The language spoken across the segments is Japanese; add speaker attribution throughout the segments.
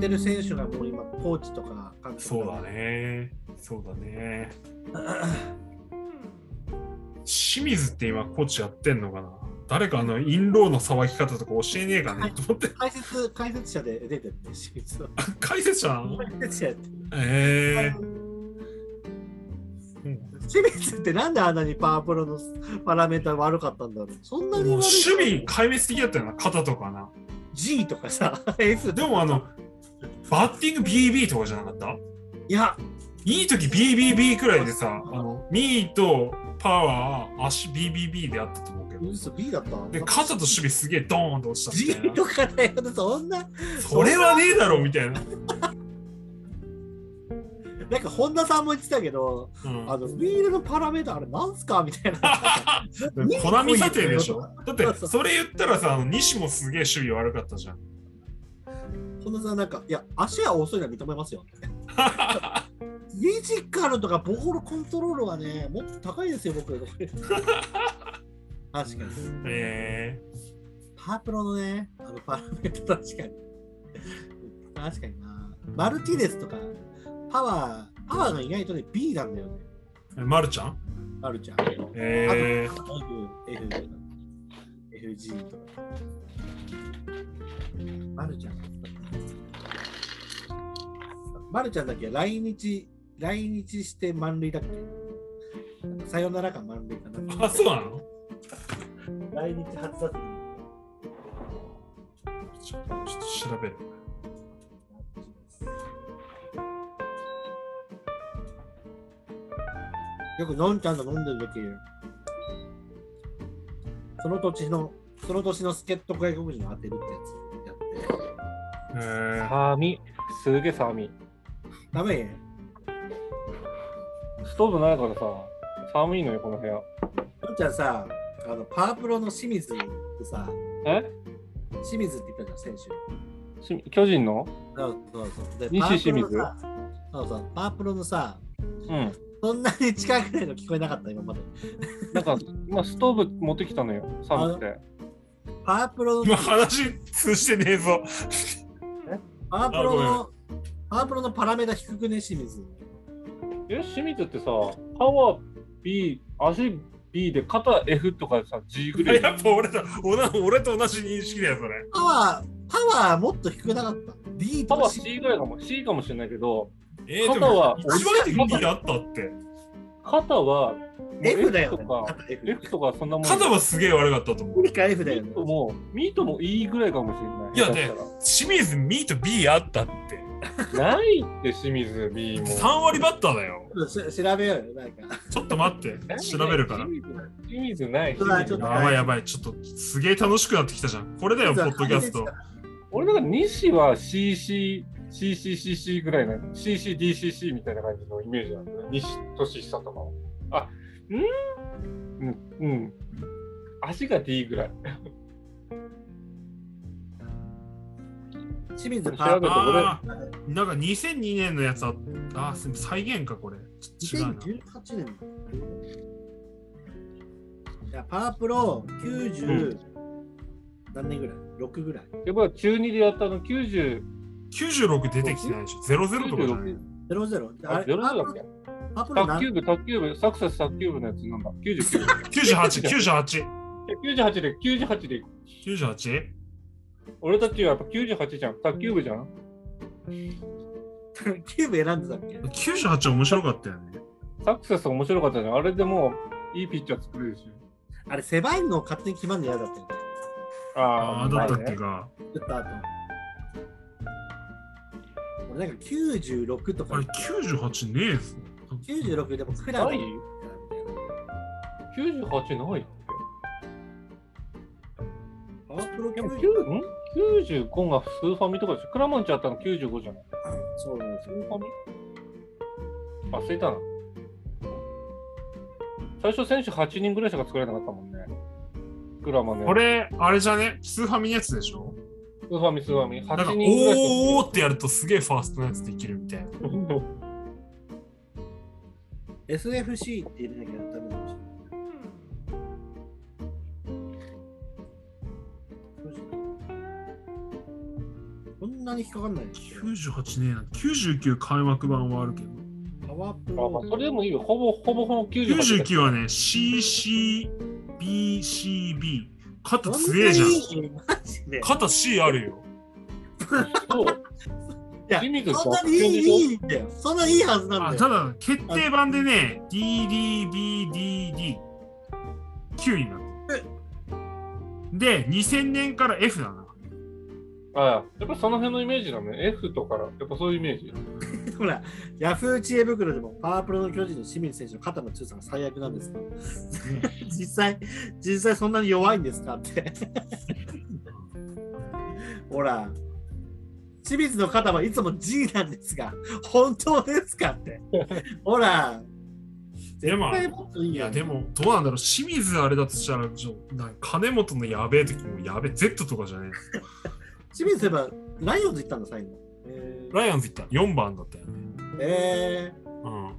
Speaker 1: てる選手がもう今、コーチとか監督
Speaker 2: そう
Speaker 1: とか
Speaker 2: だ。ね。そうだね。清水って今コーチやってんのかな誰かあのインローのさばき方とか教えねえかねと思って
Speaker 1: 解説解説者で出てるね、清水は。
Speaker 2: 解説者なの
Speaker 1: 解説者やってる
Speaker 2: ええ
Speaker 1: 清水ってなんであんなにパワープロのパラメーター悪かったんだろう。そんな
Speaker 2: もう
Speaker 1: に悪い
Speaker 2: 守備壊滅的だったよな肩とかな
Speaker 1: G とかさ、S
Speaker 2: でもあのバッティング BB とかじゃなかった
Speaker 1: いや、
Speaker 2: いい時 BBB くらいでさあのミーとパワー足 BBB であったと思うけど
Speaker 1: 嘘 B だったわ
Speaker 2: で肩と守備すげえドーンと落ちた
Speaker 1: G
Speaker 2: みた
Speaker 1: と
Speaker 2: い
Speaker 1: かだよ、そんな。
Speaker 2: なそれはねえだろみたいな、
Speaker 1: なんか本田さんも言ってたけど、
Speaker 2: うん
Speaker 1: あの、ウィールのパラメーターあれなんすかみたいな。
Speaker 2: コナミ査定でしょだっ
Speaker 1: そう
Speaker 2: て
Speaker 1: そう
Speaker 2: それ言ったらさ、あの西もすげえ守備悪かったじゃん。
Speaker 1: 本田さんなんか、いや、足は遅いのは認めますよ。フィジカルとかボールコントロールはね、もっと高いですよ、僕。確かに。
Speaker 2: え
Speaker 1: パープロのね、あのパラメーター確かに。確かにな。マルティネスとか、パワー、パワーが意外とね、B なんだよね。
Speaker 2: ー、まるちゃん
Speaker 1: マルちゃん。
Speaker 2: え
Speaker 1: あと F、F、FG とか。マルちゃん。マルちゃんだっけ来日、来日して満塁だっけなんかさよならか満塁か
Speaker 2: ー、
Speaker 1: な。
Speaker 2: あ、そうなの
Speaker 1: 来日初打席。
Speaker 2: ちょちょっと調べる。
Speaker 1: よくのんちゃんと飲んでる時その土地のその年の助っ人外国人を当てるってやつやって
Speaker 2: えー、
Speaker 3: サーミ、すげえサーミ。
Speaker 1: ダメね
Speaker 3: ストーブないからさ、寒いのよ、この部屋。
Speaker 1: のんちゃんさあのパワープロの清水ってさ
Speaker 3: え
Speaker 1: 清水って言ったじゃん選手
Speaker 3: し巨人の
Speaker 1: そうそうそうで
Speaker 3: 西
Speaker 1: パワープロの
Speaker 3: 清水
Speaker 1: さそうそうパワープロのさ
Speaker 3: うん。
Speaker 1: そんなに近くないの聞こえなかった今まで
Speaker 3: なんか、まあ、ストーブ持ってきたのよ、寒くて。
Speaker 1: パワープロの
Speaker 2: 今話通してねえ ぞ。
Speaker 1: パワープロ
Speaker 2: あ
Speaker 1: のパワープロのパラメータ低くね清水
Speaker 3: え、清水ってさ、パワー B、足 B で肩 F とかさ、G ぐらい。
Speaker 2: やっぱ俺だおな俺と同じ認識だよ、それ。
Speaker 1: パワー、パワーもっと低くなかった。D
Speaker 3: パ
Speaker 1: と
Speaker 3: ワ
Speaker 1: か
Speaker 3: ー
Speaker 1: C
Speaker 3: C ぐらいかも、C かもしれないけど、
Speaker 2: えー、で
Speaker 3: 肩は
Speaker 2: も一番的にあったって。
Speaker 3: 肩はもう
Speaker 1: F だよ、
Speaker 3: と
Speaker 1: ね。
Speaker 3: か、
Speaker 1: 肩 F。
Speaker 3: F とかそんなもんよ。
Speaker 2: 肩はすげえ悪かったと思う。
Speaker 1: ミカ F だよ
Speaker 3: ミ
Speaker 1: ね
Speaker 3: ー。トも、ミートも E ぐらいかもし
Speaker 2: い
Speaker 3: れ
Speaker 2: や
Speaker 3: な
Speaker 2: ね
Speaker 3: い。下手
Speaker 2: 清水、ミーと B あったって。
Speaker 3: したらないって清水 B も。
Speaker 2: 3割バッターだよ。
Speaker 1: し調べようよ、なんか。
Speaker 2: ちょっと待って、調べるから。
Speaker 3: 清水清水ない。
Speaker 1: そうだちょっと
Speaker 2: やばいやばい、ちょっとすげえ楽しくなってきたじゃん。これだよ、ポッドキャ スト。
Speaker 3: 俺だから西は CC、CCCC ぐらいな、CCDCC みたいな感じのイメージなんだね。西俊久とかは。あ、んうん、うん。足が D ぐらい。
Speaker 1: 清水パワープロ。
Speaker 2: あーなんか2002年のやつああー、再現か、これ。ちょ違うな。
Speaker 1: 2018年だ。いや、パワープロ90、何年ぐらい ?6 ぐらい。
Speaker 3: やっぱり中2でやったの90、
Speaker 2: 96出てきてないでしょ。00とかじゃない。
Speaker 1: 00。
Speaker 3: あ、
Speaker 1: あ
Speaker 3: ゼ
Speaker 1: れ、
Speaker 3: ロ
Speaker 1: パワ
Speaker 3: だ
Speaker 1: ー
Speaker 3: っ
Speaker 1: プ
Speaker 3: け
Speaker 1: ロパワープロ
Speaker 3: 卓
Speaker 1: 何
Speaker 3: 球部、卓球部、サクセス卓球部のやつなんだ。99。
Speaker 2: 98、98。
Speaker 3: いや98で、98で、
Speaker 2: 98?
Speaker 3: 俺たちはやっぱ98じゃん。卓球部じゃん。
Speaker 1: キューブ選んでたっけ
Speaker 2: 98面白かったよね。
Speaker 3: サクセス面白かったじゃん。あれでもう、いいピッチャー作れるし。
Speaker 1: あれ、狭いのを勝手に決まるの嫌だったよね。
Speaker 2: ああ、だったっけか。
Speaker 1: 打った後。俺なんか96と
Speaker 2: あ
Speaker 1: か
Speaker 2: れ、98ねえぞ。
Speaker 1: 96でもクラ
Speaker 3: な
Speaker 1: ブ
Speaker 3: い ?98 ないって。
Speaker 1: パワープロ
Speaker 3: でも
Speaker 1: 90
Speaker 3: 9ん95がスーファミとかでしょクラマンチあったの95じゃない
Speaker 1: そうなんです
Speaker 3: ス
Speaker 1: よ
Speaker 3: ーファミあ、忘れたな。最初選手8人ぐらいしか作れなかったもんね。クラマンね。
Speaker 2: これ、あれじゃねスーファミのやつでしょ
Speaker 3: スーファミスーファミ。
Speaker 2: なんか、おー
Speaker 3: 8人ぐらいしか
Speaker 2: おーってやるとすげえファーストのやつできるみたいな。
Speaker 3: 作れなかった。
Speaker 1: SFC って入れなきゃダメなんでしょ。こんなに引っかかんないんですよ。
Speaker 2: 98年99開幕版はあるけど
Speaker 1: パワープ
Speaker 3: あ、ま
Speaker 1: ロ
Speaker 3: あ、それでもいいよ。ほぼほぼほぼ98だ
Speaker 2: 99はね CCBCB 肩強えじゃん
Speaker 1: ん。マジで。
Speaker 2: 肩 C あるよ
Speaker 3: そう。
Speaker 1: いや
Speaker 3: 筋肉
Speaker 1: そんなにいいいいんだよ。そんなにいいはずなん
Speaker 2: あ
Speaker 1: だ
Speaker 2: た
Speaker 1: よ。
Speaker 2: だ決定版でね DDBDD9 になってるで2000年から F だな
Speaker 3: ああ、やっぱその辺のイメージだね。F とから、やっぱそういうイメージ。
Speaker 1: ほら、ヤフー知恵袋でもパワープロの巨人の清水選手の肩の強さが最悪なんですか実際、実際そんなに弱いんですかって。ほら、清水の肩はいつも G なんですが、本当ですかって。ほら、
Speaker 2: でも
Speaker 1: 絶対もっといい
Speaker 2: い
Speaker 1: よ
Speaker 2: やでもどうなんだろう清水あれだとしたらちょなんか金本のやべえ時もやべえ Z とかじゃねえ
Speaker 1: 清水はライオンズ行ったんだ、最後。えー
Speaker 2: ライオンズいった4番だったよね
Speaker 1: え
Speaker 2: うん
Speaker 1: ー、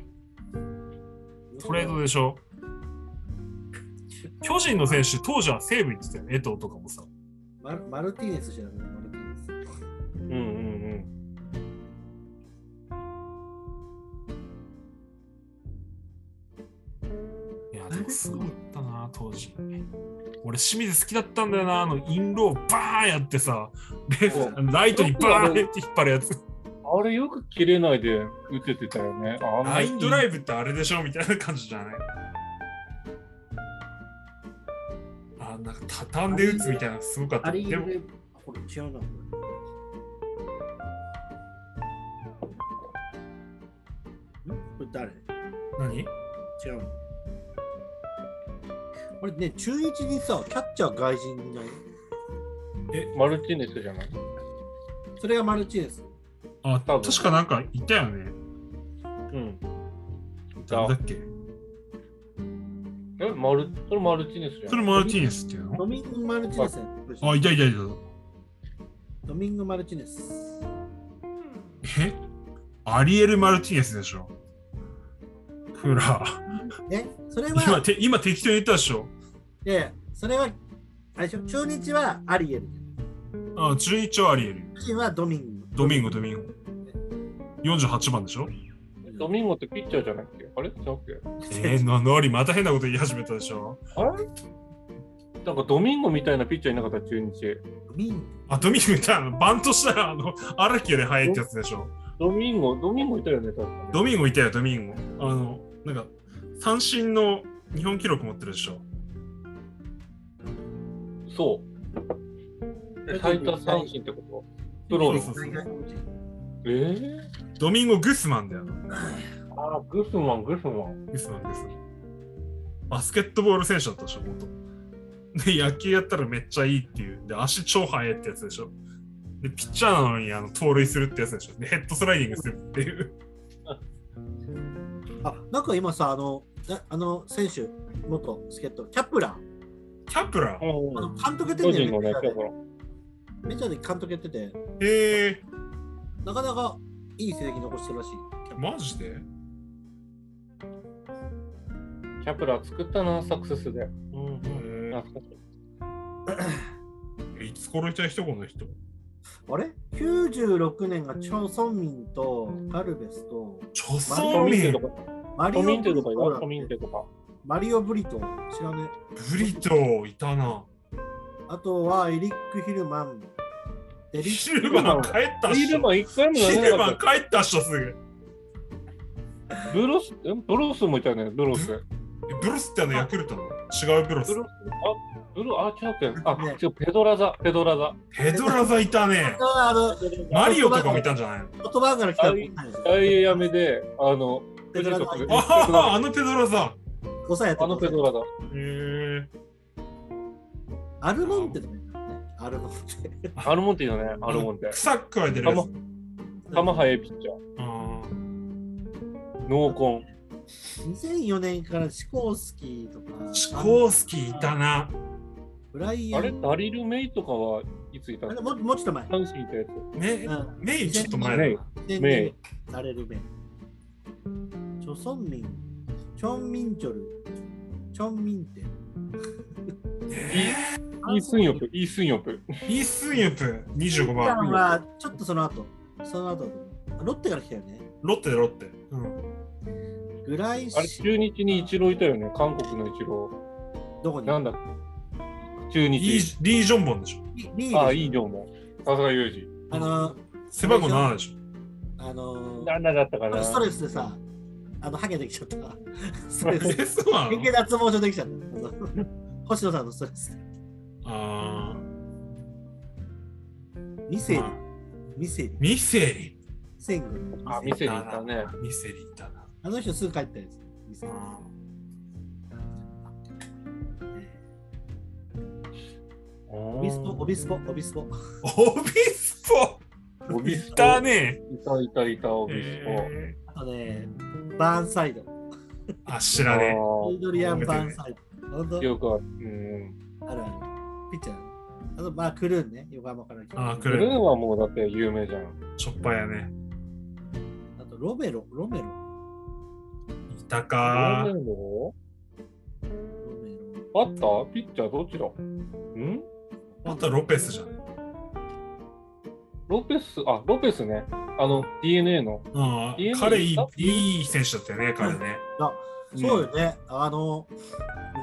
Speaker 2: トレードでしょ巨人の選手当時は西武行ってたよね江藤とかもさ
Speaker 1: マルマルティネスじゃないマルティネス。
Speaker 3: うんうん
Speaker 2: いやでもすごかったな当時俺清水好きだったんだよなあのインローバーンやってさレフ
Speaker 3: う
Speaker 2: ライトにバーンって引っ張るやつ
Speaker 3: うん。あれよく切れないで打ててたよね。あ
Speaker 2: ラインドラ
Speaker 3: イ
Speaker 2: イブってあれでしょみたいな感じじゃないあなんか畳んで打つみたいなのすごかった。
Speaker 1: あれ、
Speaker 2: でも
Speaker 1: これ違うな。んこれ誰
Speaker 2: 何
Speaker 1: 違うのこれね、中1にさ、キャッチャー外人いない
Speaker 3: マルティネスじゃない。
Speaker 1: それがマルチです。
Speaker 2: あ
Speaker 3: 多分
Speaker 2: 確かなんかいたよね。
Speaker 3: うん。
Speaker 2: 誰だっけ
Speaker 3: え、マル、それマルティネスじゃ
Speaker 2: そ
Speaker 3: な
Speaker 2: れ
Speaker 3: い。
Speaker 2: マルティネスっていうの
Speaker 1: ドミンゴ・マルチネス。
Speaker 2: あ、いたいたいた。
Speaker 1: ドミンゴ・マルチネス。
Speaker 2: えアリエル・マルティネスでしょほら、
Speaker 1: え、それ
Speaker 2: 今
Speaker 1: は、
Speaker 2: て今適当に言ったでしょ
Speaker 1: いやいやそれは、あれでしょ中日はアリエル。
Speaker 2: あ中1はアリエル。
Speaker 1: 巨人はドミンゴ。
Speaker 2: ドミンゴ、ドミンゴ。48番でしょ
Speaker 3: ドミンゴってピッチャーじゃないっけあれ違うっけ
Speaker 2: えー、ののりまた変なこと言い始めたでしょ
Speaker 3: あれなんかドミンゴみたいなピッチャーいなかった、中日。
Speaker 1: ドミンゴ。
Speaker 2: あ、ドミンゴいたのバントしたら、あの、荒木より早いってやつでしょ。
Speaker 3: ドミンゴ、ドミンゴいたよね、確か
Speaker 2: ドミンゴいたよ、ドミンゴ。あの、なんか、三振の日本記録持ってるでしょ。
Speaker 3: に。そう。え最多三振ってことプロの
Speaker 2: そう。そう
Speaker 3: えー、
Speaker 2: ドミンゴ・グスマンだよ。
Speaker 3: ああ、グスマン、グスマン。
Speaker 2: グスマン、グスマン。バスケットボール選手だったでしょ、元。で、野球やったらめっちゃいいっていう。で、足超速いってやつでしょ。で、ピッチャーなのにあの盗塁するってやつでしょ。で、ヘッドスライディングするっていう。
Speaker 1: あ、なんか今さ、あの、なあの選手、元助っ人、キャプラー、
Speaker 2: キャプ
Speaker 1: あ
Speaker 2: ラー。
Speaker 1: の
Speaker 3: う
Speaker 1: 監督やって
Speaker 3: 巨
Speaker 1: んだ
Speaker 3: 人
Speaker 1: よ
Speaker 3: の
Speaker 1: ね、メ
Speaker 3: ね、だ
Speaker 1: ジャ
Speaker 3: か
Speaker 1: ー
Speaker 3: ら
Speaker 1: で。メジャーで監督やってて、
Speaker 2: へえ
Speaker 1: なかなかいい成績残してるらしい。キャプ
Speaker 2: ー、
Speaker 1: ラー
Speaker 2: マジで
Speaker 3: キャプラー作ったな、サクセス
Speaker 2: うん、
Speaker 3: で。
Speaker 2: へー
Speaker 3: 懐かしい
Speaker 2: いつ頃いた人この人。
Speaker 1: あれ ?96 年がチョン・ソンミンとカルベスと
Speaker 2: チョ
Speaker 3: ト
Speaker 2: ソン
Speaker 3: ミン
Speaker 2: ミ
Speaker 3: テ
Speaker 2: ン
Speaker 3: と、か、
Speaker 1: マリ
Speaker 3: ト
Speaker 1: オ
Speaker 3: ミン
Speaker 1: ブ
Speaker 3: テ
Speaker 1: リ
Speaker 3: と
Speaker 1: ト
Speaker 3: か
Speaker 1: ーだ
Speaker 3: よ、トミンテとか。
Speaker 1: マリオブリトー知らね
Speaker 2: ブリトーいたな。
Speaker 1: え。あとはエリック・ヒルマン。エリ
Speaker 2: シルバー帰ったっ
Speaker 3: ヒ
Speaker 2: し
Speaker 3: ル
Speaker 2: ょ。
Speaker 3: マン一回も投
Speaker 2: シ
Speaker 3: げ
Speaker 2: ル
Speaker 3: なか
Speaker 2: バ
Speaker 3: った
Speaker 2: ー。帰ったっしょ、すぐ。
Speaker 3: ブロス、んブロスもいたよね、ブロス。ブ
Speaker 2: えブロスってあのヤクルトの違うブロス。
Speaker 3: ロス、あ、ブロ、あ、違うっけあ
Speaker 1: ね、
Speaker 3: 違う、ペドラザ、ペドラザ。
Speaker 2: ヘドラザいたね。
Speaker 1: あの
Speaker 2: マリオとかもいたんじゃないの
Speaker 1: 言葉から来たら分かんない
Speaker 3: 大エやめで、あの、
Speaker 1: ペドラザ
Speaker 3: ペドラ
Speaker 2: あ
Speaker 3: ザ
Speaker 2: あ、あのペドラザ。
Speaker 1: 抑えて
Speaker 3: あのペドラザ。
Speaker 2: へえ。
Speaker 1: アルモンテとかいたもんねアルモンテ。
Speaker 3: アルモンティだね、アルモンテ。
Speaker 2: 草くわえてるやつ。
Speaker 3: 球速いピッチャー。
Speaker 2: あ
Speaker 3: 濃紺。
Speaker 1: 2004年からシコースキーと
Speaker 2: ー
Speaker 1: か、
Speaker 2: シコースキーいたな。
Speaker 1: ブライア
Speaker 3: あ
Speaker 1: ン
Speaker 3: れ、ダリル・メイとかはいついた
Speaker 1: あ
Speaker 3: の
Speaker 1: れももうちょっと前。
Speaker 3: 阪神いたやつ。
Speaker 2: ね
Speaker 1: う、ん
Speaker 2: メイちょっと前だ
Speaker 3: メイ
Speaker 2: な。
Speaker 1: 全
Speaker 3: メイ
Speaker 1: 然される面。チョソンミン、チョンミンチョル、チョンミンテ、
Speaker 2: え
Speaker 1: ア
Speaker 3: イースンヨプ、イースンヨプ。
Speaker 2: イースンユプ25
Speaker 1: ピッチャー
Speaker 2: 番。
Speaker 1: はちょっとその後、その後だと思うロッテから来たよね。
Speaker 2: ロッテでロッテ。うん。
Speaker 1: ぐらい
Speaker 3: あれ、中日にイチローいたよね、韓国のイチロ
Speaker 1: どこ
Speaker 3: ー。
Speaker 1: に
Speaker 3: なんだ中
Speaker 2: リ
Speaker 3: 日。
Speaker 2: ーリー・ジョンボンでしょ。
Speaker 1: リリーグ
Speaker 3: ああ、いいのも。さすがユージ。
Speaker 1: あの、
Speaker 2: 背番号7でし
Speaker 1: あの、
Speaker 3: 何だったかな。
Speaker 1: ストレスでさ、あの、ハゲできちゃった。 ストレス。
Speaker 2: ょ。え、そうな
Speaker 1: 変
Speaker 2: の
Speaker 1: 形脱毛症できちゃった。あの星野さんのストレス。
Speaker 2: あ
Speaker 1: ミ
Speaker 2: ー、
Speaker 1: セリ
Speaker 2: ま、あ、
Speaker 1: ミセリ、
Speaker 2: ミセリ。
Speaker 1: セング。
Speaker 3: あ、
Speaker 1: ミ
Speaker 3: 店
Speaker 1: セリ
Speaker 3: に行ったね。
Speaker 2: ミセリだな。
Speaker 1: あの人すぐ帰ったやつ。ミセ
Speaker 2: う
Speaker 1: リ
Speaker 2: ん
Speaker 1: オビスポ、オビスポ、オビスポ。
Speaker 2: オビスポ
Speaker 3: オビス
Speaker 2: い
Speaker 3: ポ
Speaker 2: たね。
Speaker 3: いたいたいた、オビス
Speaker 2: え
Speaker 1: あとね、バーンサイド。
Speaker 2: ーあ、知
Speaker 3: ポ。あ
Speaker 2: らね
Speaker 1: オイ
Speaker 3: あ
Speaker 1: ドリアン・バーンサイド。本当
Speaker 3: よくある。うん。
Speaker 1: あるある。ピッチャー。あと、まあ、クルーンね。横浜から来た。
Speaker 2: あー
Speaker 3: ブ
Speaker 2: ク
Speaker 3: ル
Speaker 2: ル
Speaker 3: ーンはもうだって有名じゃん。
Speaker 2: え。しょっぱいやね。
Speaker 1: あと、ロメロ、ロメロ。
Speaker 2: いたか
Speaker 3: 有。名の
Speaker 1: ロメロ。
Speaker 3: あったピッチャーどっちだん
Speaker 2: あとロペスじゃん。
Speaker 3: ロペス、あ、ロペスね。あの、DNA の。
Speaker 2: あ
Speaker 3: いいね
Speaker 2: 彼いい、いい選手だったよね、彼ね。
Speaker 1: そうよね。あの、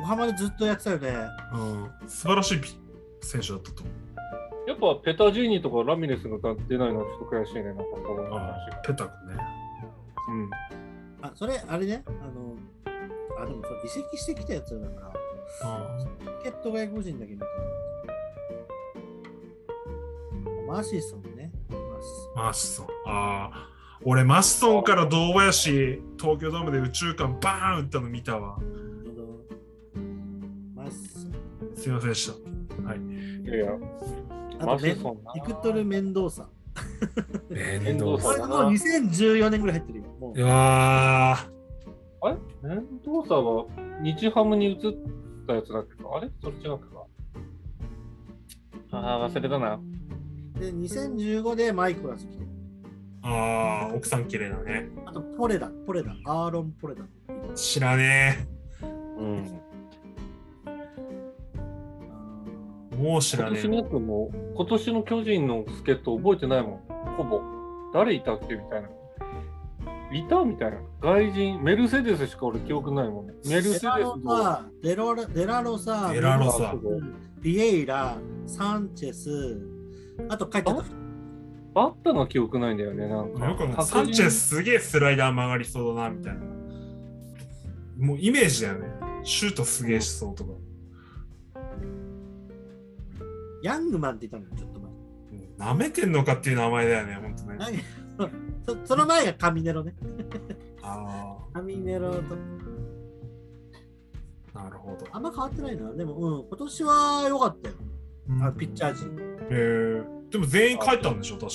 Speaker 1: 横浜でずっとやってたよね。
Speaker 2: うん。素晴らしいピ選手だったと思う。
Speaker 3: やっぱペタジーニとかラミレスが出ないのはちょっと悔しいね、なんかこの話
Speaker 2: あ
Speaker 3: が。
Speaker 2: あ、ペタ君ね。
Speaker 3: うん。
Speaker 1: あ、それ、あれね。あの、あ、でもそれ移籍してきたやつだから、
Speaker 2: あ
Speaker 1: チケット外国人だけ見てるマシソンね。マシソ
Speaker 2: あマッソン。ああ。俺、マッソンから堂林、東京ドームで宇宙間バーン打ったの見たわ。
Speaker 1: ン。あのマシソン。
Speaker 2: すいませんでした。
Speaker 3: いやいや、
Speaker 1: あ
Speaker 3: マ
Speaker 1: と
Speaker 3: シ
Speaker 1: メン、
Speaker 3: ソンな。
Speaker 1: ビクトル・メンドーサ。
Speaker 2: 遠
Speaker 3: 藤
Speaker 1: こ
Speaker 3: さ
Speaker 1: れ
Speaker 3: ん
Speaker 1: もう2014年ぐらい入ってるよ。もう
Speaker 2: うわー
Speaker 3: あれメンドーサは日ハムに移ったやつだっけかあれそれ違うかああ、忘れたな。
Speaker 1: で、2015でマイコラス来てる。
Speaker 2: ああ、奥さん綺麗だね。
Speaker 1: あと、ポレダ、ポレダ、アーロン・ポレダ。
Speaker 2: 知らね
Speaker 3: うん。
Speaker 1: あー
Speaker 2: え。もう知
Speaker 3: 今
Speaker 2: らね
Speaker 3: 年の
Speaker 2: え。
Speaker 3: やつも、今年の巨人の助っ人覚えてないもん。ほぼ。誰いたっけみたいな。いたみたいな。外人、メルセデスしか俺記憶ないもんね。メルセデス
Speaker 1: デラロ
Speaker 3: の。
Speaker 1: さ、デロラデラロさ、
Speaker 2: デラロサ
Speaker 1: ビエイラ、サンチェス、あと書いてあった。
Speaker 3: バッタの記憶ないんだよね、なんか。
Speaker 2: よくない
Speaker 3: 白人
Speaker 2: サンチェスすげえスライダー曲がりそうだな、みたいな。もうイメージだよね。シュートすげえしそうとか。
Speaker 1: ヤングマンって言ったのよ、ちょっと前。
Speaker 2: なめてんのかっていう名前だよね、ほんとね。
Speaker 1: 何そその前がカミネロね。
Speaker 2: あ
Speaker 1: カミネロと。
Speaker 2: あ、なるほど。
Speaker 1: あんま変わってないな。でも、うん、今年は良かったよ。あピッチャー陣。
Speaker 2: えー、でも全員帰ったんでしょ、確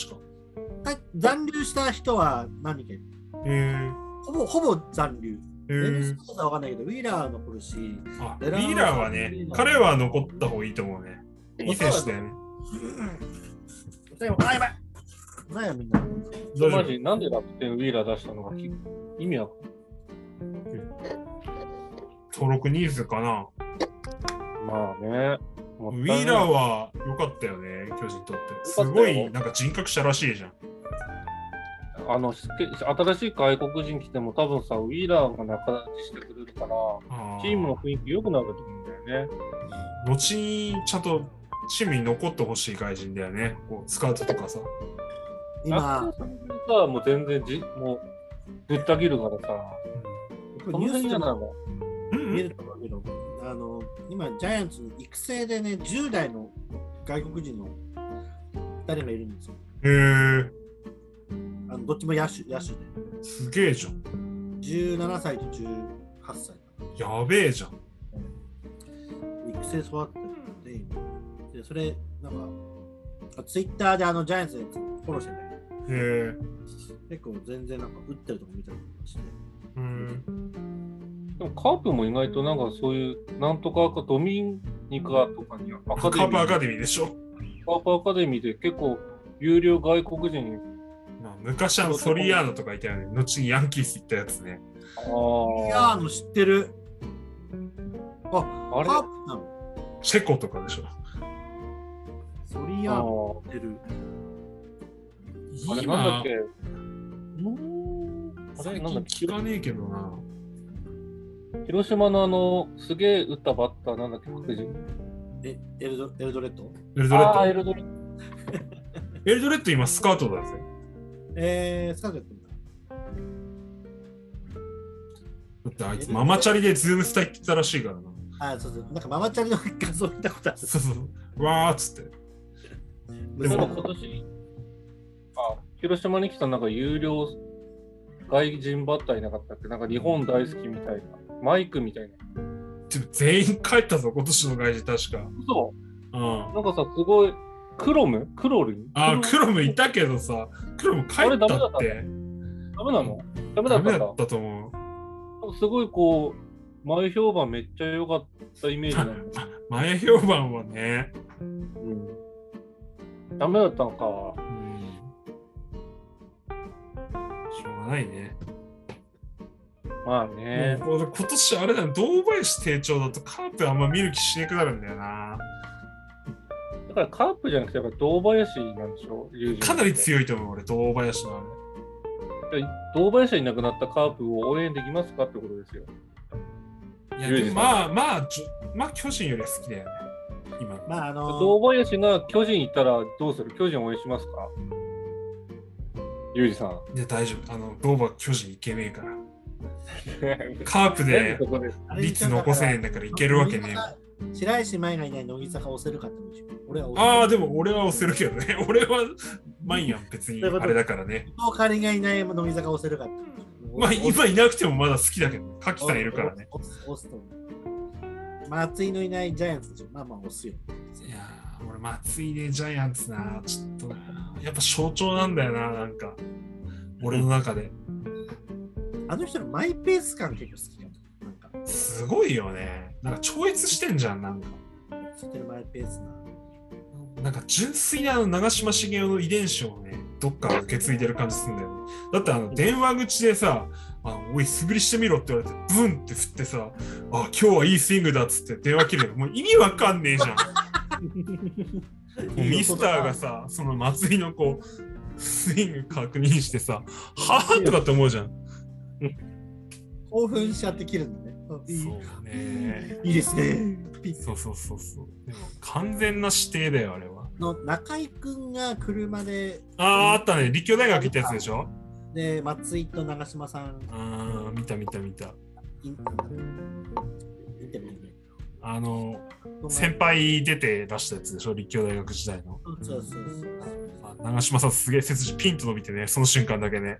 Speaker 2: か。
Speaker 1: か残留した人は何人かいる
Speaker 2: えー、
Speaker 1: ほぼ、ほぼ残留。
Speaker 2: え
Speaker 1: ベルス
Speaker 2: ー、
Speaker 1: コーザはわかんないけど、ウィーラー残るし、
Speaker 2: あ、ウ
Speaker 1: ベラー
Speaker 2: ィーラーはね、彼は残った方がいいと思うね。いい選手だよね。
Speaker 1: でも、あ、やばいなんやみんな。
Speaker 2: 大丈
Speaker 3: マ
Speaker 2: 夫
Speaker 3: ジ、なんで楽天ウィーラー出したのかき意味わかん
Speaker 2: 登録ニーズかな。
Speaker 3: まあね。も
Speaker 2: ウ
Speaker 3: った
Speaker 2: ィ
Speaker 3: いない
Speaker 2: ーラーは良かったよね、巨人にとって。すごい、なんか人格者らしいじゃん。
Speaker 3: あのすけ新しい外国人来ても多分さ、ウィーラーが仲立ちしてくれるから、
Speaker 2: あ
Speaker 3: チームの雰囲気良くなると思うんだよね。
Speaker 2: 後にちゃんとチームに残ってほしい外人だよね。こうスカウトとかさ。
Speaker 1: 今、
Speaker 3: 楽天さんはもう全然じもうぶった切るからさ、
Speaker 1: ニ
Speaker 3: その
Speaker 1: ュー
Speaker 3: 辺
Speaker 1: ス
Speaker 3: じ
Speaker 1: で
Speaker 3: ゃない
Speaker 1: も
Speaker 3: も
Speaker 2: うんう
Speaker 1: 見
Speaker 2: ん
Speaker 1: ると思うけど、あの、今、ジャイアンツの育成でね、10代の外国人の2人がいるんですよ。
Speaker 2: へえ
Speaker 1: あのどっちも野手、野手で。
Speaker 2: すげえじゃん。
Speaker 1: 17歳と18歳。
Speaker 2: やべえじゃん。
Speaker 1: 育成育ってるんで、今。で、それ、なんか、ツイッターであのジャイアンツのやつフォローしてんだけど、
Speaker 2: へえ。
Speaker 1: 結構全然なんか打ってるとこ見たりとかして。
Speaker 2: うん。
Speaker 3: ん。でもカープも意外となんかそういう、なんとかかドミニカとかにア
Speaker 2: カ
Speaker 3: カデミ
Speaker 2: ープア
Speaker 3: ー、カ
Speaker 2: カデミーでしょ。
Speaker 3: ープアカデミーで結構有料外国人
Speaker 2: まあ、昔あのソリアーノとかいたよね。後にヤンキース行ったやつね。
Speaker 1: い
Speaker 3: あ
Speaker 1: やーの知ってる。あ、
Speaker 3: あれ
Speaker 1: カープなの
Speaker 2: チェコとかでしょ。
Speaker 1: ミ
Speaker 3: あ
Speaker 1: アー
Speaker 3: ー
Speaker 1: 出る。
Speaker 3: あれな
Speaker 2: 今
Speaker 3: んだっけ、
Speaker 1: も
Speaker 3: あれ
Speaker 2: 最
Speaker 3: なんだっ
Speaker 2: 近
Speaker 3: け
Speaker 2: 聞かねえけどな。
Speaker 3: 広島のあの、すげえ打ったバッターなんだっけ、黒人。
Speaker 1: うえエルドエルドレッド
Speaker 2: エルドレッ
Speaker 3: あ
Speaker 2: ド
Speaker 3: あ、。エルドレッ
Speaker 2: エルドレッド今スカートだぜ。
Speaker 1: えー、スカートやってんだ。
Speaker 2: だってあいつママチャリでズームしたいって言ったらしい からな。
Speaker 1: あ、そうそう。なんかママチャリの画像見たことある。
Speaker 2: そうそう。わーっつって。
Speaker 3: ド。
Speaker 2: で
Speaker 3: で
Speaker 2: も
Speaker 3: も今年、あ広島に来たなんか有料外人バッターいなかったっけなんか日本大好きみたいな。マイクみたいな。
Speaker 2: でも全員帰ったぞ、今年の外人確か。
Speaker 3: そ
Speaker 2: うん
Speaker 3: う。。なんかさ、すごい、クロムクロルン
Speaker 2: あー、クロムい
Speaker 3: 痛
Speaker 2: たけどさ、クロム帰ったっ
Speaker 3: あれ
Speaker 2: て。
Speaker 3: ダメなのダメだ
Speaker 2: ダ
Speaker 3: った
Speaker 2: メだ
Speaker 3: んだ
Speaker 2: っ。たと思う。
Speaker 3: すごいこう、前評判めっちゃ良かったイメージなんだ。
Speaker 2: 前評判はね。
Speaker 3: うん、ダメだったのか。
Speaker 2: うん。しょうがないね。
Speaker 3: まあね。
Speaker 2: もう俺今年あれだよ、堂林定調だとカープあんま見る気しなくなるんだよな。
Speaker 3: だからカープじゃなくて、やっぱ堂林なんでしょ友人
Speaker 2: かなり
Speaker 3: い。
Speaker 2: 強いと思う、俺、堂林のあれ。
Speaker 3: 堂林がいなくなったカープを応援できますかってことですよ。
Speaker 2: いや
Speaker 3: ユージ
Speaker 2: でも
Speaker 3: さん
Speaker 2: まあまあ、じょまあ巨人よりは好きだよね。今。
Speaker 1: まあ、あの
Speaker 3: 堂林が巨人行ったらどうする巨人応援しますかユ ージさん。
Speaker 2: いや大丈夫。あの、ドーバー巨人いけねえから。カープ
Speaker 3: 全
Speaker 2: で
Speaker 3: 部そこです。
Speaker 1: あれ
Speaker 2: 率残せねえんだからいけるわけねえわ。
Speaker 1: 白石麻衣がいない乃木坂押せるかってことでしょ俺は押せる
Speaker 2: ああ、でも俺は押せるけどね。 俺は、まあいいやん、別にあれだからね。
Speaker 1: 伊藤かりんがいない乃木坂押せるかってこと
Speaker 2: まあ今いなくてもまだ好きだけどね。柿さんいるからね。。
Speaker 1: 押す押すと思う。松井のいないジャイアンツでしょ。まあまあ押すよ。
Speaker 2: いやー、俺、松井でジャイアンツな、ちょっとな。やっぱ象徴なんだよな、なんか。俺の中で。
Speaker 1: あの人のマイペース感結構好きだった。なんか、
Speaker 2: すごいよね。なんか超越してんじゃん、なんか。
Speaker 1: 知ってるマイペースな。
Speaker 2: なんか純粋なあの長嶋茂雄の遺伝子をね、どっから受け継いでる感じするんだよね。だってあの電話口でさ、あのおい、素振りしてみろって言われて、ブンって振ってさ、あ、今日はいいスイングだっつって電話切るの。もう意味わかんねえ じゃん。もうミスターがさ、その松井のこう、スイング確認してさ、はぁとかって思うじゃん。
Speaker 1: 興奮しちゃって切るんだね。いい
Speaker 2: そうね。
Speaker 1: いいですね。ピッ
Speaker 2: そうそうそうそう。でも完全な指定だよ、あれは。
Speaker 1: の中居君が車で、
Speaker 2: あー、あったね。立教大学行ったやつでしょ
Speaker 1: で松井と長嶋さん、
Speaker 2: あー、見た見た見た。
Speaker 1: インインタビューで
Speaker 2: あの、先輩出て出したやつでしょ立教大学時代の。
Speaker 1: そうそうそうそう。
Speaker 2: あ長嶋さんすげえ背筋ピンと伸びてね、その瞬間だけね。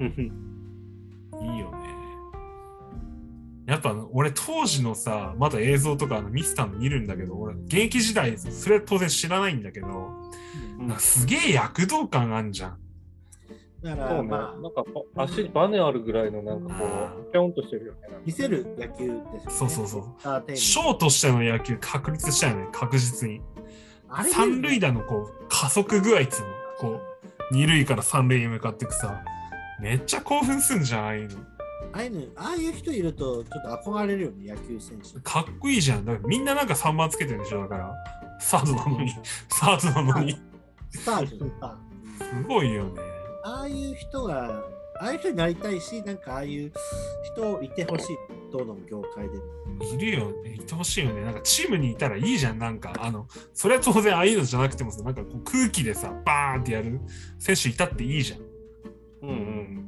Speaker 2: いいよね。やっぱ俺当時のさ、まだ映像とかあのミスターの見るんだけど、俺現役時代、それは当然知らないんだけど、なんかすげえ躍動感あんじゃん。
Speaker 1: だか
Speaker 3: そう
Speaker 1: ら、
Speaker 3: ね、
Speaker 1: ま
Speaker 3: なんかこう足バネあるぐらいのなんかこ
Speaker 2: あー
Speaker 3: う、ぴょんとしてるよね。
Speaker 1: あ、見せる野球ですよね。
Speaker 2: そうそうそう
Speaker 1: エンターテインメント
Speaker 2: ショートしての野球確立したよね、確実に。
Speaker 1: あれ
Speaker 2: 三塁打のこう加速具合っつうの、こう、二塁から三塁へ向かってくさ、めっちゃ興奮すんじゃん、ああいうの。
Speaker 1: ああいうのああいう人いると、ちょっと憧れるよね、野球選手。
Speaker 2: かっこいいじゃん。だからみんななんか3番つけてるでしょ、だから。サードなのに、サードなのに。
Speaker 1: スターじゃんスター
Speaker 2: すごいよね。
Speaker 1: ああいう人が、ああいう人になりたいし、なんかああいう人いてほしい、どの業界でも。
Speaker 2: いるよ、ね、いてほしいよね。なんかチームにいたらいいじゃん、なんか。あの、それは当然ああいうのじゃなくてもさ、なんかこう空気でさ、バーンってやる選手いたっていいじゃん。
Speaker 3: うんうん。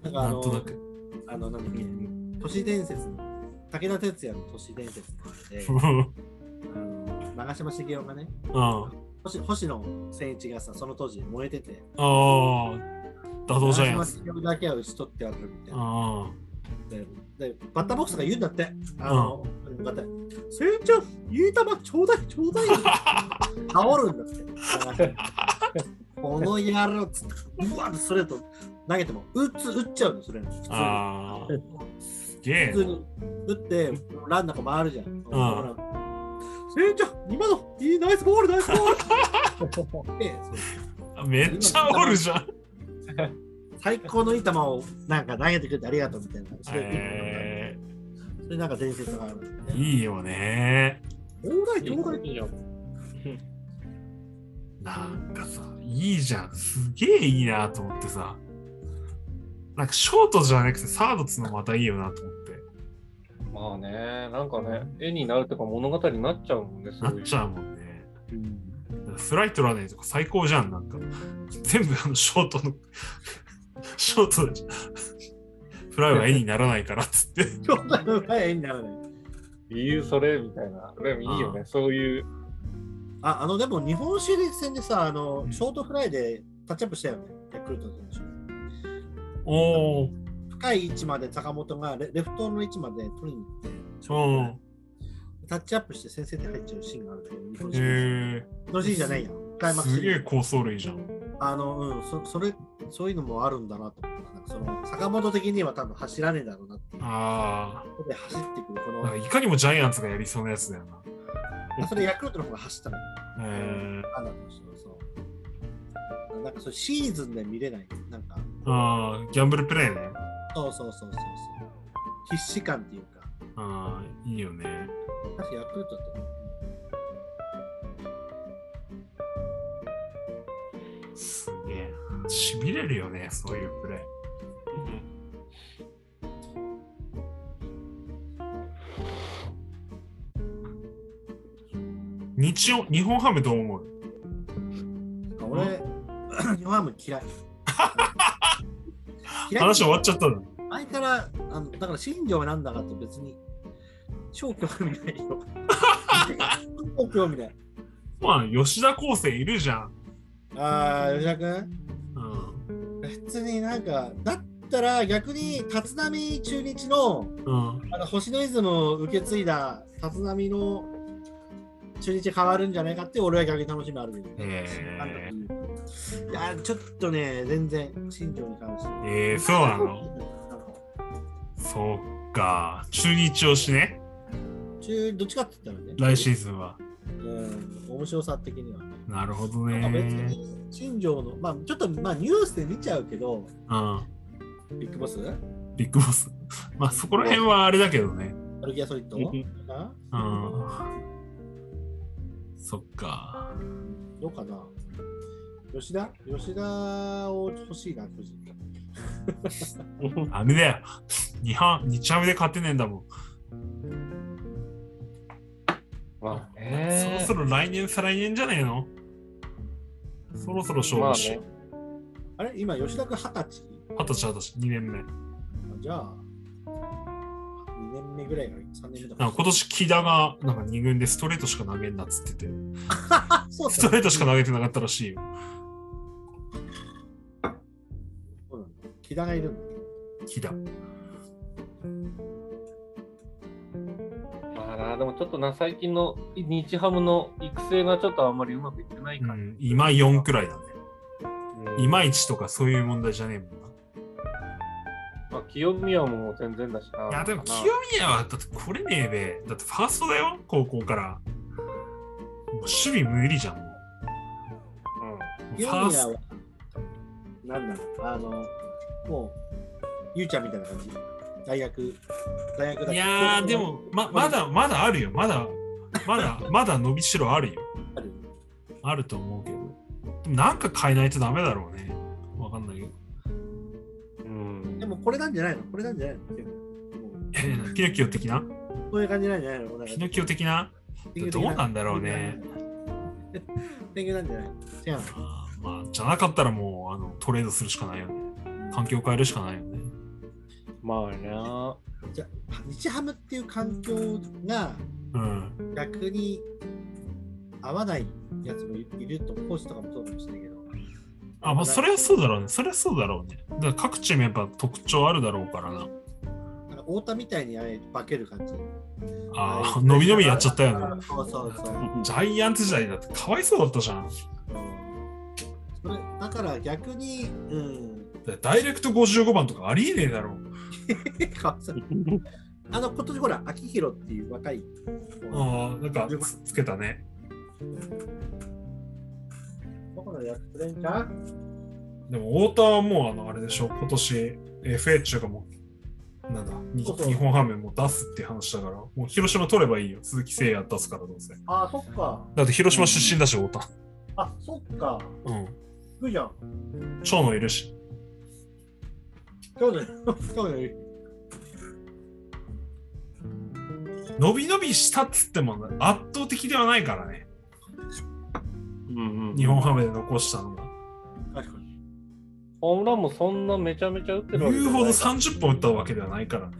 Speaker 1: なんかあ
Speaker 2: なんとな
Speaker 1: の、
Speaker 2: く。
Speaker 1: あの、なんだっけ、 都市伝説の、武田鉄矢の都市伝説で
Speaker 2: う、ん。
Speaker 1: あの長嶋茂雄がね、
Speaker 2: あ
Speaker 1: 星星野誠一がさ、その当時燃えてて、
Speaker 2: あー、打倒ジャイアン
Speaker 1: 長
Speaker 2: ツ。
Speaker 1: 嶋茂雄だけは打ち取ってやるみたいな。
Speaker 2: あ
Speaker 1: ででバッターボックスが言うんだって、あの、バッター、せいちゃん、いい球ちょうだい、ちょうだい。倒るんだって。この野郎っつって、うわっとストレート投げても、打つ、打っちゃうの、それ。普通に。
Speaker 2: あ。ああ。すげ
Speaker 1: 普
Speaker 2: え
Speaker 1: 通に打って、ランナーが回るじゃん。せいちゃん、今の、いい、ナイスボール、ナイスボール。でそう
Speaker 2: な。めっちゃおるじゃん。
Speaker 1: 最高のいい球をなんか投げてくれてありがとうみたいな。それ,、
Speaker 2: え
Speaker 1: それなんか伝説があるんだよ
Speaker 2: ー、
Speaker 1: ね。
Speaker 2: いいよね。
Speaker 1: ちょうだい、ちょうだい。
Speaker 3: いいよ
Speaker 2: なんかさ、いいじゃん。すげえいいなと思ってさ。なんかショートじゃなくてサードつのまたいいよなと思って。
Speaker 3: まあね、なんかね、絵になるとか物語になっちゃうもんね、そ
Speaker 2: な
Speaker 3: うい
Speaker 2: っ
Speaker 3: う。
Speaker 2: ちゃうもんね。だからフライトラネーとか最高じゃん。なんか、全部あのショートの、ショートでしょフライは絵にならないからっつ って。
Speaker 1: ちょうどうまい絵にならない。
Speaker 3: 理由それみたいな。でもいいよ
Speaker 2: う
Speaker 3: ね、そういう。
Speaker 1: あ、あの、でも日本シリーズ戦でさ、あの
Speaker 2: う、ん
Speaker 1: ショートフライでタッチアップしたよね、ヤクルトの選手。
Speaker 2: おー、
Speaker 1: 深い位置まで坂本がレレフトの位置まで取りに行って、
Speaker 2: うん。
Speaker 1: タッチアップして先制点入っちゃうシーンがあるんだけど、日本シリーズ。
Speaker 2: へ
Speaker 1: 日本シリーズじゃないやん。開
Speaker 2: ー、
Speaker 1: 幕
Speaker 2: す
Speaker 1: シリ
Speaker 2: げえ
Speaker 1: ーズ。
Speaker 2: 構想類じゃん。
Speaker 1: あの、うん、そそれ、そういうのもあるんだなと思った。なんかその坂本的には多分走らねえだろうなっていう。
Speaker 2: あ
Speaker 1: ここで走ってくる、こ
Speaker 2: あ、なんか
Speaker 1: の、
Speaker 2: いかにもジャイアンツがやりそうなやつだよな。
Speaker 1: あそれヤクルトの方が走ったの。
Speaker 2: へー、
Speaker 1: あなんかそうそう。なんかそうシーズンで見れない。なんか、
Speaker 2: ああ、ギャンブルプレイね。
Speaker 1: そうそうそうそうそう。必死感っていうか、
Speaker 2: ああ、いいよね。
Speaker 1: 確かヤクルトって
Speaker 2: すげえ。しびれるよね、そういうプレイ。日曜日本ハムどう思う
Speaker 1: なんか俺、 日本ハム 嫌い。嫌い
Speaker 2: 話終わっちゃったの。
Speaker 1: 前から、あのだから新庄はなんだかって別に、超興味ないよ。 超興味ない。
Speaker 2: まあ、吉田康生いるじゃん。
Speaker 1: ああ、吉田君
Speaker 2: うん。
Speaker 1: 別になんか、だったら逆に立浪中日の
Speaker 2: うん。
Speaker 1: あの星野イズムを受け継いだ立浪の中日変わるんじゃないかって俺は逆に楽しみあるけど、なんか
Speaker 2: え
Speaker 1: いやちょっとね全然新庄に関して
Speaker 2: ー、えー、そうなのそうか。中日推しね。
Speaker 1: 中どっちかって言ったらね
Speaker 2: 来シーズンは。
Speaker 1: うん面白さ的には
Speaker 2: なるほど
Speaker 1: なんか別
Speaker 2: ね。
Speaker 1: に新庄のまあちょっとまあニュースで見ちゃうけど
Speaker 2: うん。
Speaker 1: ビッグボス
Speaker 2: ビッグボス。 まあ、そこら辺はあれだけどね。
Speaker 1: アルギアソリッドかな
Speaker 2: うん。そっか。
Speaker 1: どうかな吉田吉田を欲しいな、巨人。
Speaker 2: ダメだよ。日本、日ハムで勝てねえんだもん。
Speaker 3: まあね。
Speaker 2: そろそろ来年、再来年じゃねえのそろそろ勝
Speaker 3: まあ
Speaker 2: 負しよ
Speaker 3: ね
Speaker 2: う。。
Speaker 1: あれ今、吉田君二十歳
Speaker 2: 二十歳、二十歳、2年目。
Speaker 1: じゃあ、2年目ぐらいの3年目とか。
Speaker 2: なんか今年、木田がなんか2軍でストレートしか投げんなっつってて、
Speaker 1: あそう
Speaker 2: ストレートしか投げてなかったらしいよ。
Speaker 1: そうなんだ。木田がいるんだ。
Speaker 2: 木田。
Speaker 3: まあな、でもちょっとな、最近の日ハムの育成がちょっとあんまりうまくいってないから。
Speaker 2: うん、今4くらいだね。
Speaker 3: うん
Speaker 2: いまいちとかそういう問題じゃねえもんな。
Speaker 3: まあ、清宮も全然だしな。
Speaker 2: いやでも
Speaker 3: かな
Speaker 2: 清宮はだってこれねえべ。だってファーストだよ、高校から。もう守備無理じゃん。もうもうフ
Speaker 1: 清
Speaker 2: ァー
Speaker 1: 宮
Speaker 2: ス
Speaker 1: は、なんだろう、あの、もう、ゆうちゃんみたいな感じ。大学、大学だ
Speaker 2: ト。
Speaker 1: け
Speaker 2: いやーでもまま。だまだあるよ。まだま だまだ伸びしろあるよ。
Speaker 1: ある
Speaker 2: あると思うけど。でもなんか変えないとダメだろうね。わかんないけど。
Speaker 3: うん。
Speaker 1: でもこれなんじゃないのこれなんじゃないの清宮もう
Speaker 2: えーピノキオ的な
Speaker 1: そういう感じなんじゃないのなんか
Speaker 2: ピノキオ的などうなんだろうね。
Speaker 1: 天狗なんじゃない違うの
Speaker 2: あーまあ、じゃなかったらもうあのトレードするしかないよね。環境変えるしかないよね。
Speaker 3: まあな。
Speaker 1: じゃあ日ハムっていう環境が
Speaker 2: うん。
Speaker 1: 逆に合わないやつもいいると、コーチとかもそうかもしれないけど。
Speaker 2: あ、まあ、それはそうだろうね。それはそうだろうね。だから各チームやっぱ特徴あるだろうからな。
Speaker 1: なんか太田みたいにあれ化ける感じ。
Speaker 2: あ
Speaker 1: あ
Speaker 2: あ、
Speaker 1: れ
Speaker 2: のびのびやっちゃったよね。
Speaker 1: そうそうそう。
Speaker 2: ジャイアンツ時代だってかわいそうだったじゃん。
Speaker 1: それだから逆に、うん、
Speaker 2: ダイレクト55番とかありえねえだろう。
Speaker 1: かわいそう あの今年ほら、秋広っていう若い子が。
Speaker 2: ああ、なんかつつけたね。
Speaker 1: どこのやつれんちゃん
Speaker 2: でも太田はもうあのあれでしょ、今年 FA 中がもう、なんだ、に
Speaker 1: そうそう
Speaker 2: 日本ハムも出すって話だから、もう広島取ればいいよ。鈴木誠也出すからどうせ。
Speaker 1: あ、そっか。
Speaker 2: だって広島出身だし、太田。
Speaker 1: あ、そっか。
Speaker 2: うん。
Speaker 1: いいじゃん。
Speaker 2: 蝶野いるし。
Speaker 1: 今日の、 今日のいい
Speaker 2: 伸び伸びしたっつってもね圧倒的ではないからね。
Speaker 3: うんうん
Speaker 2: 日本ハムで残したのは。
Speaker 1: 確かに。
Speaker 3: ホームランもそんなめちゃめちゃ打ってるわけ
Speaker 2: 言う
Speaker 3: じゃ
Speaker 2: ほど
Speaker 3: ない
Speaker 2: 30本打ったわけではないからね。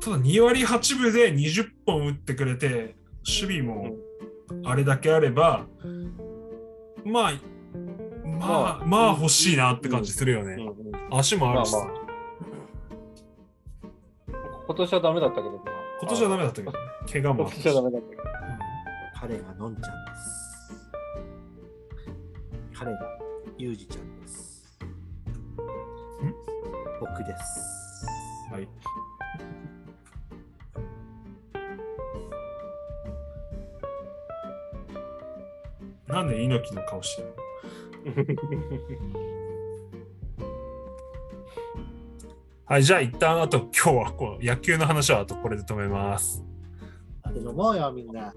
Speaker 2: ただ2割8分で20本打ってくれて、守備もあれだけあれば、まあ、まあ、まあ欲しいなって感じするよ
Speaker 3: う
Speaker 2: ね。
Speaker 3: んうん
Speaker 2: 足もあるしさ、
Speaker 3: まあま今年はダメだったけどな。
Speaker 2: 今年はダメだったけど、ね、怪我もあっ
Speaker 3: 今
Speaker 2: た
Speaker 3: 年はダメだったけど。
Speaker 1: 彼がのんちゃんです。彼がゆうじちゃんです。僕です。
Speaker 2: はい。なんで猪木の顔してる のはい、じゃあ一旦あと今日はこう野球の話はあとこれで止めます。
Speaker 1: あて飲もうよ、みんな。